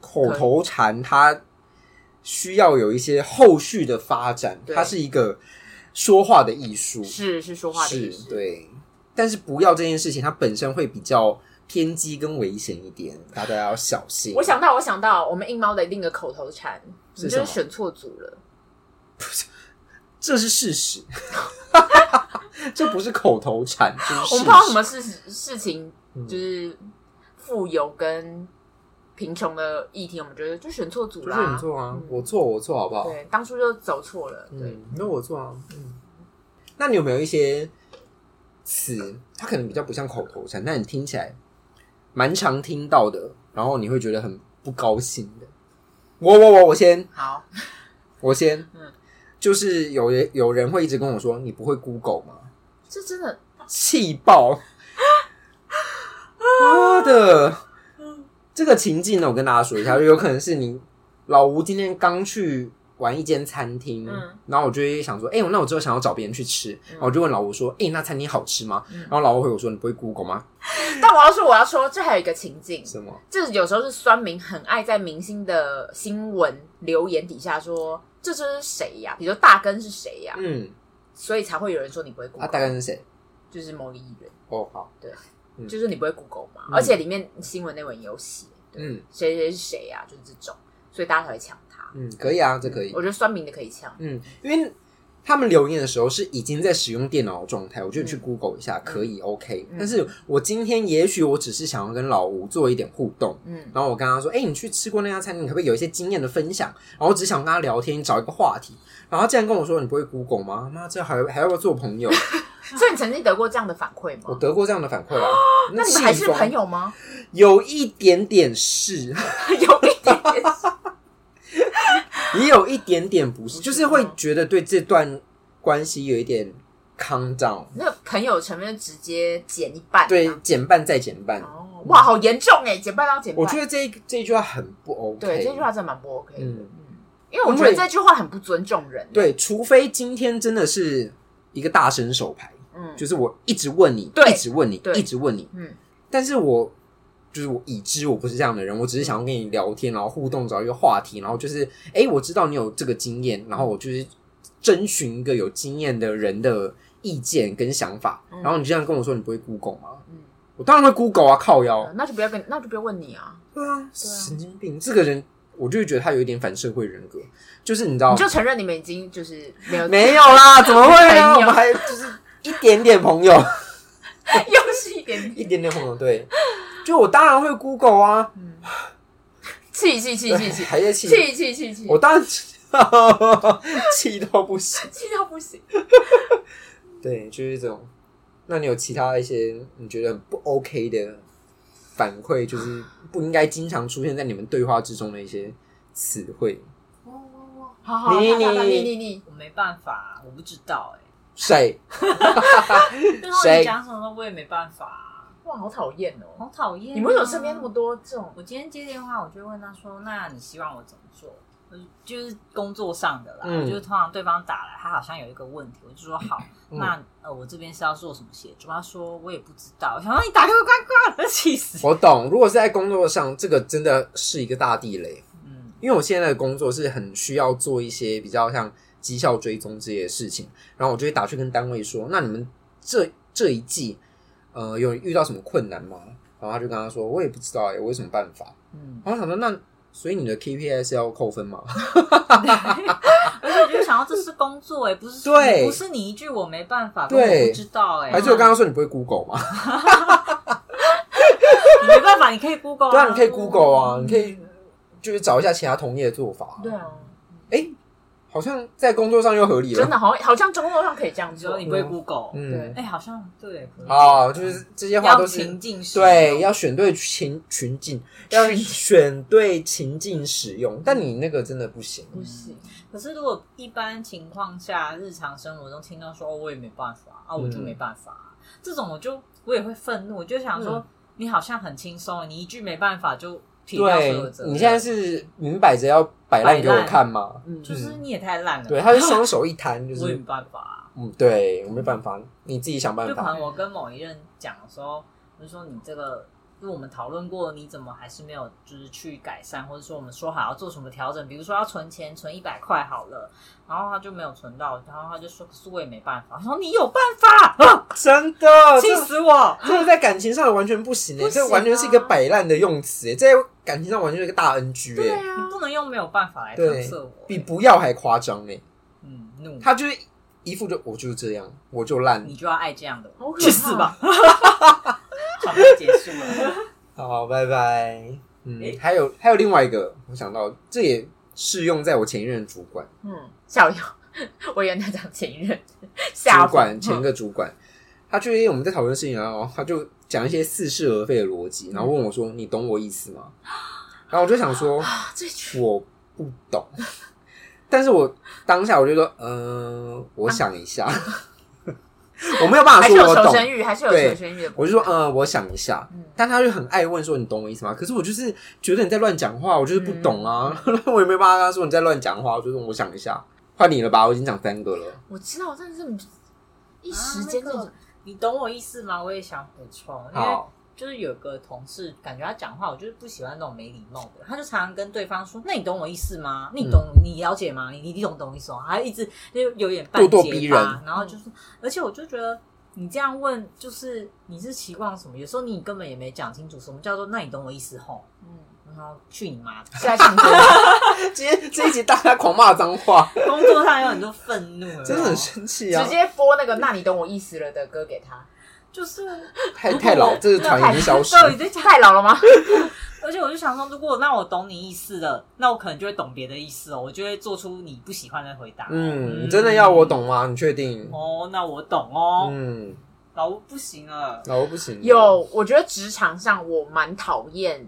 口头禅它需要有一些后续的发展，
对
它是一个说话的艺术，
是是说话的意
是
思，
对。但是不要这件事情，它本身会比较偏激跟危险一点，大家要小心。
我想到，我想到，我们硬猫的另一个口头禅，
是
你
什
就
么
是选错组了。
这是事实， 这不是口头禅，这是事嗯
我
实
们。碰到什么事事情，就是富有跟贫穷的议题，我们觉得就选错组
就
啦。
是你错啊，我错我错，好不好？
嗯对，当初就走错了。对，
嗯，那我做啊。嗯，那你有没有一些词，它可能比较不像口头禅，但你听起来蛮常听到的，然后你会觉得很不高兴的？我我我我先
好，
我先，
嗯
就是有人有人会一直跟我说，你不会 Google 吗？
这真的
气爆！妈的，这个情境呢，我跟大家说一
嗯
下，就有可能是你老吴今天刚去玩一间餐厅，
嗯
然后我就会想说，哎、那我之后想要找别人去吃，然后我就问老吴说，哎、那餐厅好吃吗？
嗯
然后老吴回我说，你不会 Google 吗？
但我要说，我要说，这还有一个情境，
什么？
就是有时候是酸民很爱在明星的新闻留言底下说，这就是谁呀、比如说大根是谁呀、
嗯，
所以才会有人说你不会 Google，、
啊，大概是谁？
就是某个艺人，
哦，好，嗯
就是你不会 Google 嘛，而且里面新闻内文也有写，对，
嗯
谁谁是谁呀、就是这种，所以大家才会抢他。
嗯，可以啊，这可以
我，觉得酸民的可以抢，
嗯，因为。他们留言的时候是已经在使用电脑的状态，我觉得你去
嗯
Google 一下、可以 OK、但是我今天也许我只是想要跟老吴做一点互动，
嗯，
然后我跟他说：“哎、你去吃过那家餐厅，你可不可以有一些经验的分享？”然后我只想跟他聊天，找一个话题。然后他竟然跟我说：“你不会 Google 吗？”妈，这还还要不要做朋友？
所以你曾经得过这样的反馈
嗯我
吗？
得过这样的反馈啊。
那你们
气
还是
疯
朋？友吗？
有一点点是，
有一点点
也有一点点不是，
不是
就是会
吗
觉得对这段关系有一点 calm down，
那个朋友层面直接减一半、
对，，减半再减半。
哦，哇，好严重哎，减半到减半，
我觉得这一这一句话很不 OK。
对这句话真的蛮不 OK 的，
嗯
嗯，因为我觉
因为
得这句话很不尊重人，，
对，除非今天真的是一个大伸手牌。
嗯，
就是我一直问你，
对
一直问你，
对
一直问你，
嗯，
但是我就是我已知我不是这样的人，我只是想要跟你聊天，然后互动，找一个话题，然后就是，哎、我知道你有这个经验，然后我就是征询一个有经验的人的意见跟想法，
嗯
然后你这样跟我说你不会 Google 吗？
嗯
我当然会 Google 啊，靠腰
呃，那就不要跟，那就不要问你啊，
对啊，神经病，这个人我就会觉得他有一点反社会人格，就是你知道
你就承认你们已经就是没有，
哦没有啦，怎么会呢？我
朋友
们还就是一点点朋友。
又是一点
一点点红头，对，就我当然会 Google 啊，
气气气气气
还在 气，
气气气气，
我当然 气到不行。
气到不行。
对，就是这种。那你有其他一些你觉得很不 OK 的反馈，就是不应该经常出现在你们对话之中的一些词汇？
好好，
你
你你
你
你你，
我没办法，啊我不知道哎、
谁？
欸。最后你讲什么，我也没办法、啊，
哇，好讨厌哦！
好讨厌、啊
你们为什么身边那么？多这种？
我今天接电话，我就问他说：“那你希望我怎么做？”呃就是工作上的啦，
嗯
就是通常对方打来，他好像有一个问题，我就说好，
嗯
那呃，我这边是要做什么协助？他说我也不知道，我想说你打给我呱呱，气死。
我懂。如果是在工作上，这个真的是一个大地雷，
嗯，
因为我现在的工作是很需要做一些比较像绩效追踪这些事情，然后我就会打去跟单位说，那你们这这一季，呃，有遇到什么困难吗？然后他就跟他说，我也不知道哎、我有什么办法？
嗯，
然后我想说，那所以你的 KPI 是要扣分吗？
而且我就想到这是工作哎、不是
对
不是你一句我没办法，
对
跟我不知道哎、
还是我刚刚说你不会 Google 吗？
你没办法，你可以 Google，、啊、
对啊，你可以 Google 啊，你可以就是找一下其他同业的做法。
嗯对啊，
哎、好像在工作上又合理了。
真的好啊像好像中路上可以这样
你说
做
你。不会 Google，哎、
嗯，
好像对，
啊，就是这些话
要
都是
情境式
对，要选对情情境，要选对情境使用。但你那个真的不行，
不行，
可是如果一般情况下，日常生活中听到说、哦、我也没办法啊，我就
嗯
没办法、这种我就我也会愤怒，我就想说、
嗯
你好像很轻松，欸你一句没办法就撇掉所
对
有责任。
你现在是明摆着要摆烂给我看吗？
嗯，
就
就是
是你也太烂了，
对，他就双手一 摊，就
我也
是
没办法、啊。
嗯，对我没办法，你自己想办
就可
法
能。我跟某一任讲的时候，我就说你这个，因为我们讨论过，你怎么还是没有就是去改善，或者说我们说好要做什么调整，比如说要存钱存一百块好了，然后他就没有存到，然后他就说可是我也没办法，我说你有办法，啊
真的，
气
这
死我！
这个啊在感情上完全不行
不
诶，
行啊
这完全是一个摆烂的用词诶，欸在感情上完全是一个大 NG
对
诶，
你
啊，
不能用没有办法来搪
对
塞我，
比不要还夸张诶，
嗯怒，
他就是一副就我就是这样，我就烂
你就要爱这样的
好可，怕
去死吧！ 吵架结束 了，
好，拜拜。嗯，
诶
还有还有另外一个，我想到这也适用在我前一任主管，
嗯，校友，我原来讲前任，下
主管前一个主管，他就因为我们在讨论事情，然后他就讲一些似是而非的逻
嗯
辑，然后问我说：“你懂我意思吗？” 然后我就想说，
啊，最缺
我不懂， 但是我当下我就说：“嗯、我想一 下。 我没有办法
还是
说
有
我
求
懂，
生欲，还是有
对
求生欲的部分。
我就说，呃，我想一下
嗯，
但他就很爱问说你懂我意思吗？可是我就是觉得你在乱讲话，我就是不懂啊， 我也没办法跟他说你在乱讲话，我就说我想一下，换你了吧，我已经讲三个了，
我知道，但是一时间
啊
就
那个你懂我意思吗？我也想补充，因为
好，
就是有个同事，感觉他讲话，我就是不喜欢那种没礼貌的，他就常常跟对方说：“那你懂我意思
嗯
吗？那你懂、你了解吗？你你你懂懂我意思吗？”他一直就有点半结巴，
咄咄逼人
然后就是，而且我就觉得你这样问，就是你是期望什么？有时候你根本也没讲清楚什么叫做“那你懂我意思吼
嗯，”，
然后去你妈的！
现在唱歌，
今天这一集大家狂骂脏话，
工作上有很多愤怒，有没有
真的很生气 啊
直，接播那个“那你懂我意思了”的歌给他。
就是
太太 老，这个团已经消失，
到底在讲。
太老了吗？
而且我就想说，如果那我懂你意思了，那我可能就会懂别的意思哦，我就会做出你不喜欢的回答。
嗯，你真的要我懂吗？你确定？
哦，那我懂哦，
嗯，
老吴不行了，
老吴不行，
有，我觉得职场上我蛮讨厌，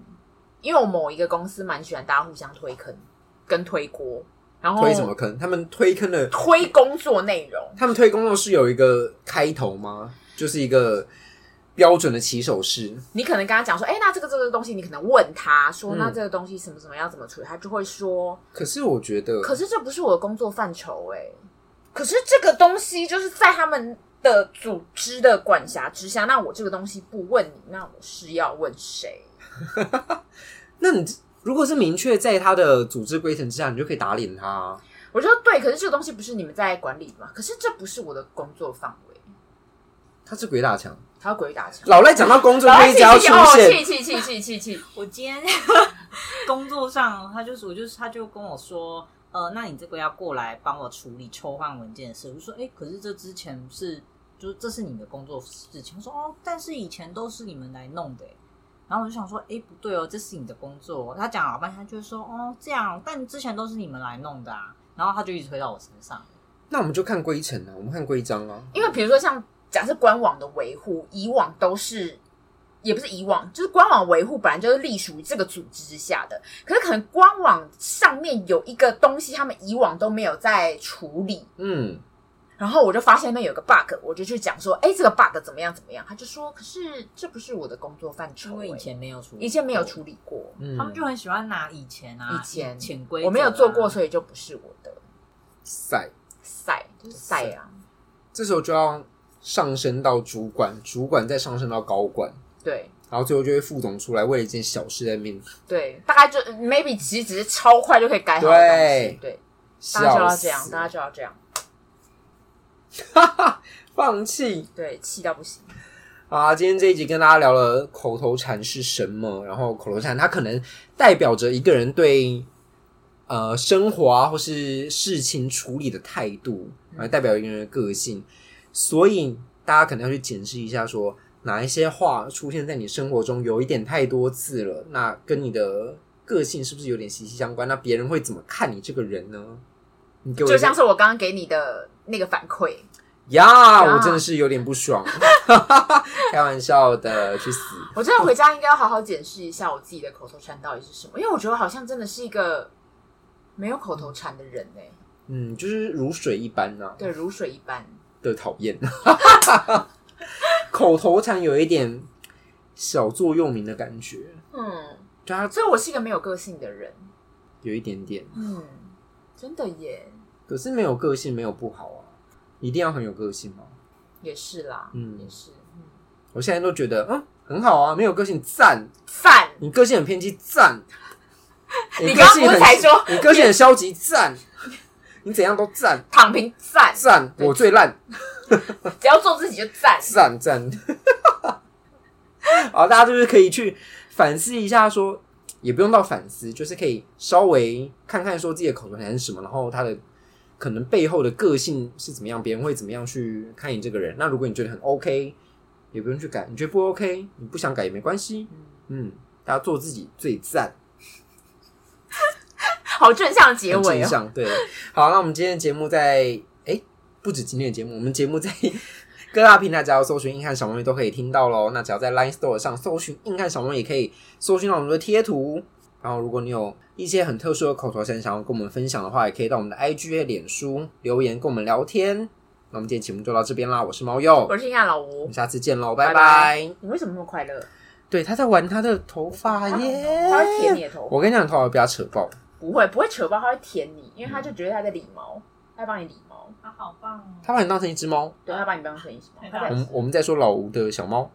因为我某一个公司蛮喜欢大家互相推坑跟推锅，然后
推什么坑？他们推坑的，
推工作内容。
他们推工作室有一个开头吗？就是一个标准的起手式。
你可能跟他讲说，哎、那这个这个东西，你可能问他说，
嗯
那这个东西什么什么要怎么处理，他就会说，
可是我觉得，
可是这不是我的工作范畴哎。可是这个东西就是在他们的组织的管辖之下，那我这个东西不问你，那我是要问谁？
那你如果是明确在他的组织规程之下，你就可以打脸他啊。
我说对，可是这个东西不是你们在管理吗？可是这不是我的工作范围。
他是鬼打墙。
他要鬼打墙，
老赖讲到工作
老
就
爱
一直要出现，
气气气气气气，
我今 天工作上，他就是我就是他就跟我说，呃，那你这个要过来帮我处理抽换文件的事。我就说，哎、可是这之前是就是这是你的工作事情。他说，哦，但是以前都是你们来弄的、诶然后我就想说，哎、不对哦，这是你的工作哦。他讲老半天，他就会说，哦，这样，但之前都是你们来弄的啊。然后他就一直推到我身上。
那我们就看规程啊，我们看规章啊。
因为比如说像假设官网的维护，以往都是也不是以往，就是官网维护本来就是隶属于这个组织之下的，可是可能官网上面有一个东西，他们以往都没有在处理。
嗯，
然后我就发现那有个 bug，我就去讲说，哎，这个 bug 怎么样怎么样？他就说，可是这不是我的工作范畴、
因为以
诶
前没有处理，
以前没有处理过，
嗯
他们就很喜欢拿以前啊，
以前
潜规则啊、
我没有做过，所以就不是我的
赛，
赛，就是赛啊，
这时候就要上升到主管，主管再上升到高管，
对。
然后最后就会副总出来为了一件小事在面
对，大概就 maybe 其实只是超快就可以改好的东
对。
西对，大家就
笑
要这样，
死
大，家就要这样，
放弃。
对，气到不行。
好啊，今天这一集跟大家聊了口头禅是什么，然后口头禅它可能代表着一个人对呃生活啊或是事情处理的态度，
嗯
来代表一个人的个性。所以大家可能要去检视一下说哪一些话出现在你生活中有一点太多次了，那跟你的个性是不是有点息息相关？那别人会怎么看你这个人呢？你给我一
就
个
像是我刚刚给你的那个反馈，
呀，我真的是有点不 爽， 开玩笑的，去死！
我真的回家应该要好好检视一下我自己的口头禅到底是什么，因为我觉得我好像真的是一个没有口头禅的人哎、
嗯，就是如水一般呐、
对，如水一般。
的讨厌。 口头禅有一点小座右铭的感觉，
嗯，
就它
所以我是一个没有个性的人。
有一点点，
嗯，真的耶，
可是没有个性没有不好啊，一定要很有个性吗？
也是啦，
嗯
也是，嗯，
我现在都觉得嗯很好啊，没有个性赞，
赞。
你个性很偏激 赞，
你
个
刚刚
性
不是
很
才说
你个性很消极赞， 你怎样都赞
躺平赞，
赞，
对
我最烂。
只要做自己就赞。
赞赞。 好，大家就是可以去反思一下说，也不用到反思，就是可以稍微看看说自己的口头禅是什么，然后他的可能背后的个性是怎么样，别人会怎么样去看你这个人。那如果你觉得很 OK，也不用去改；你觉得不 OK，你不想改也没关系。嗯，大家做自己最赞，
好正向的结
很
尾
正
哦。
向。对，好，那我们今天的节目在哎、不止今天的节目，我们节目在 各大平台只要搜寻“硬汉小猫咪”都可以听到喽。那只要在 Line Store 上搜寻“硬汉小猫咪”，也可以搜寻到我们的贴图。然后，如果你有一些很特殊的口头禅想要跟我们分享的话，也可以到我们的 IG 和脸书留言跟我们聊天。那我们今天节目就到这边啦，我是猫鼬，
我是亚老
我
吴
们，下次见喽，拜
拜
拜。
你为什么那么快乐？
对，他在玩他的头发耶，
啊他会舔你的头发？
我跟你讲，头发被他扯爆。
不会，不会扯爆，他会舔你，因为他就觉得他在理毛，他帮你理毛，
他好棒哦！
他把你当成一只猫，
对，他把你当成一只猫。
太
他
棒
我
在
们我们在说老吴的小猫。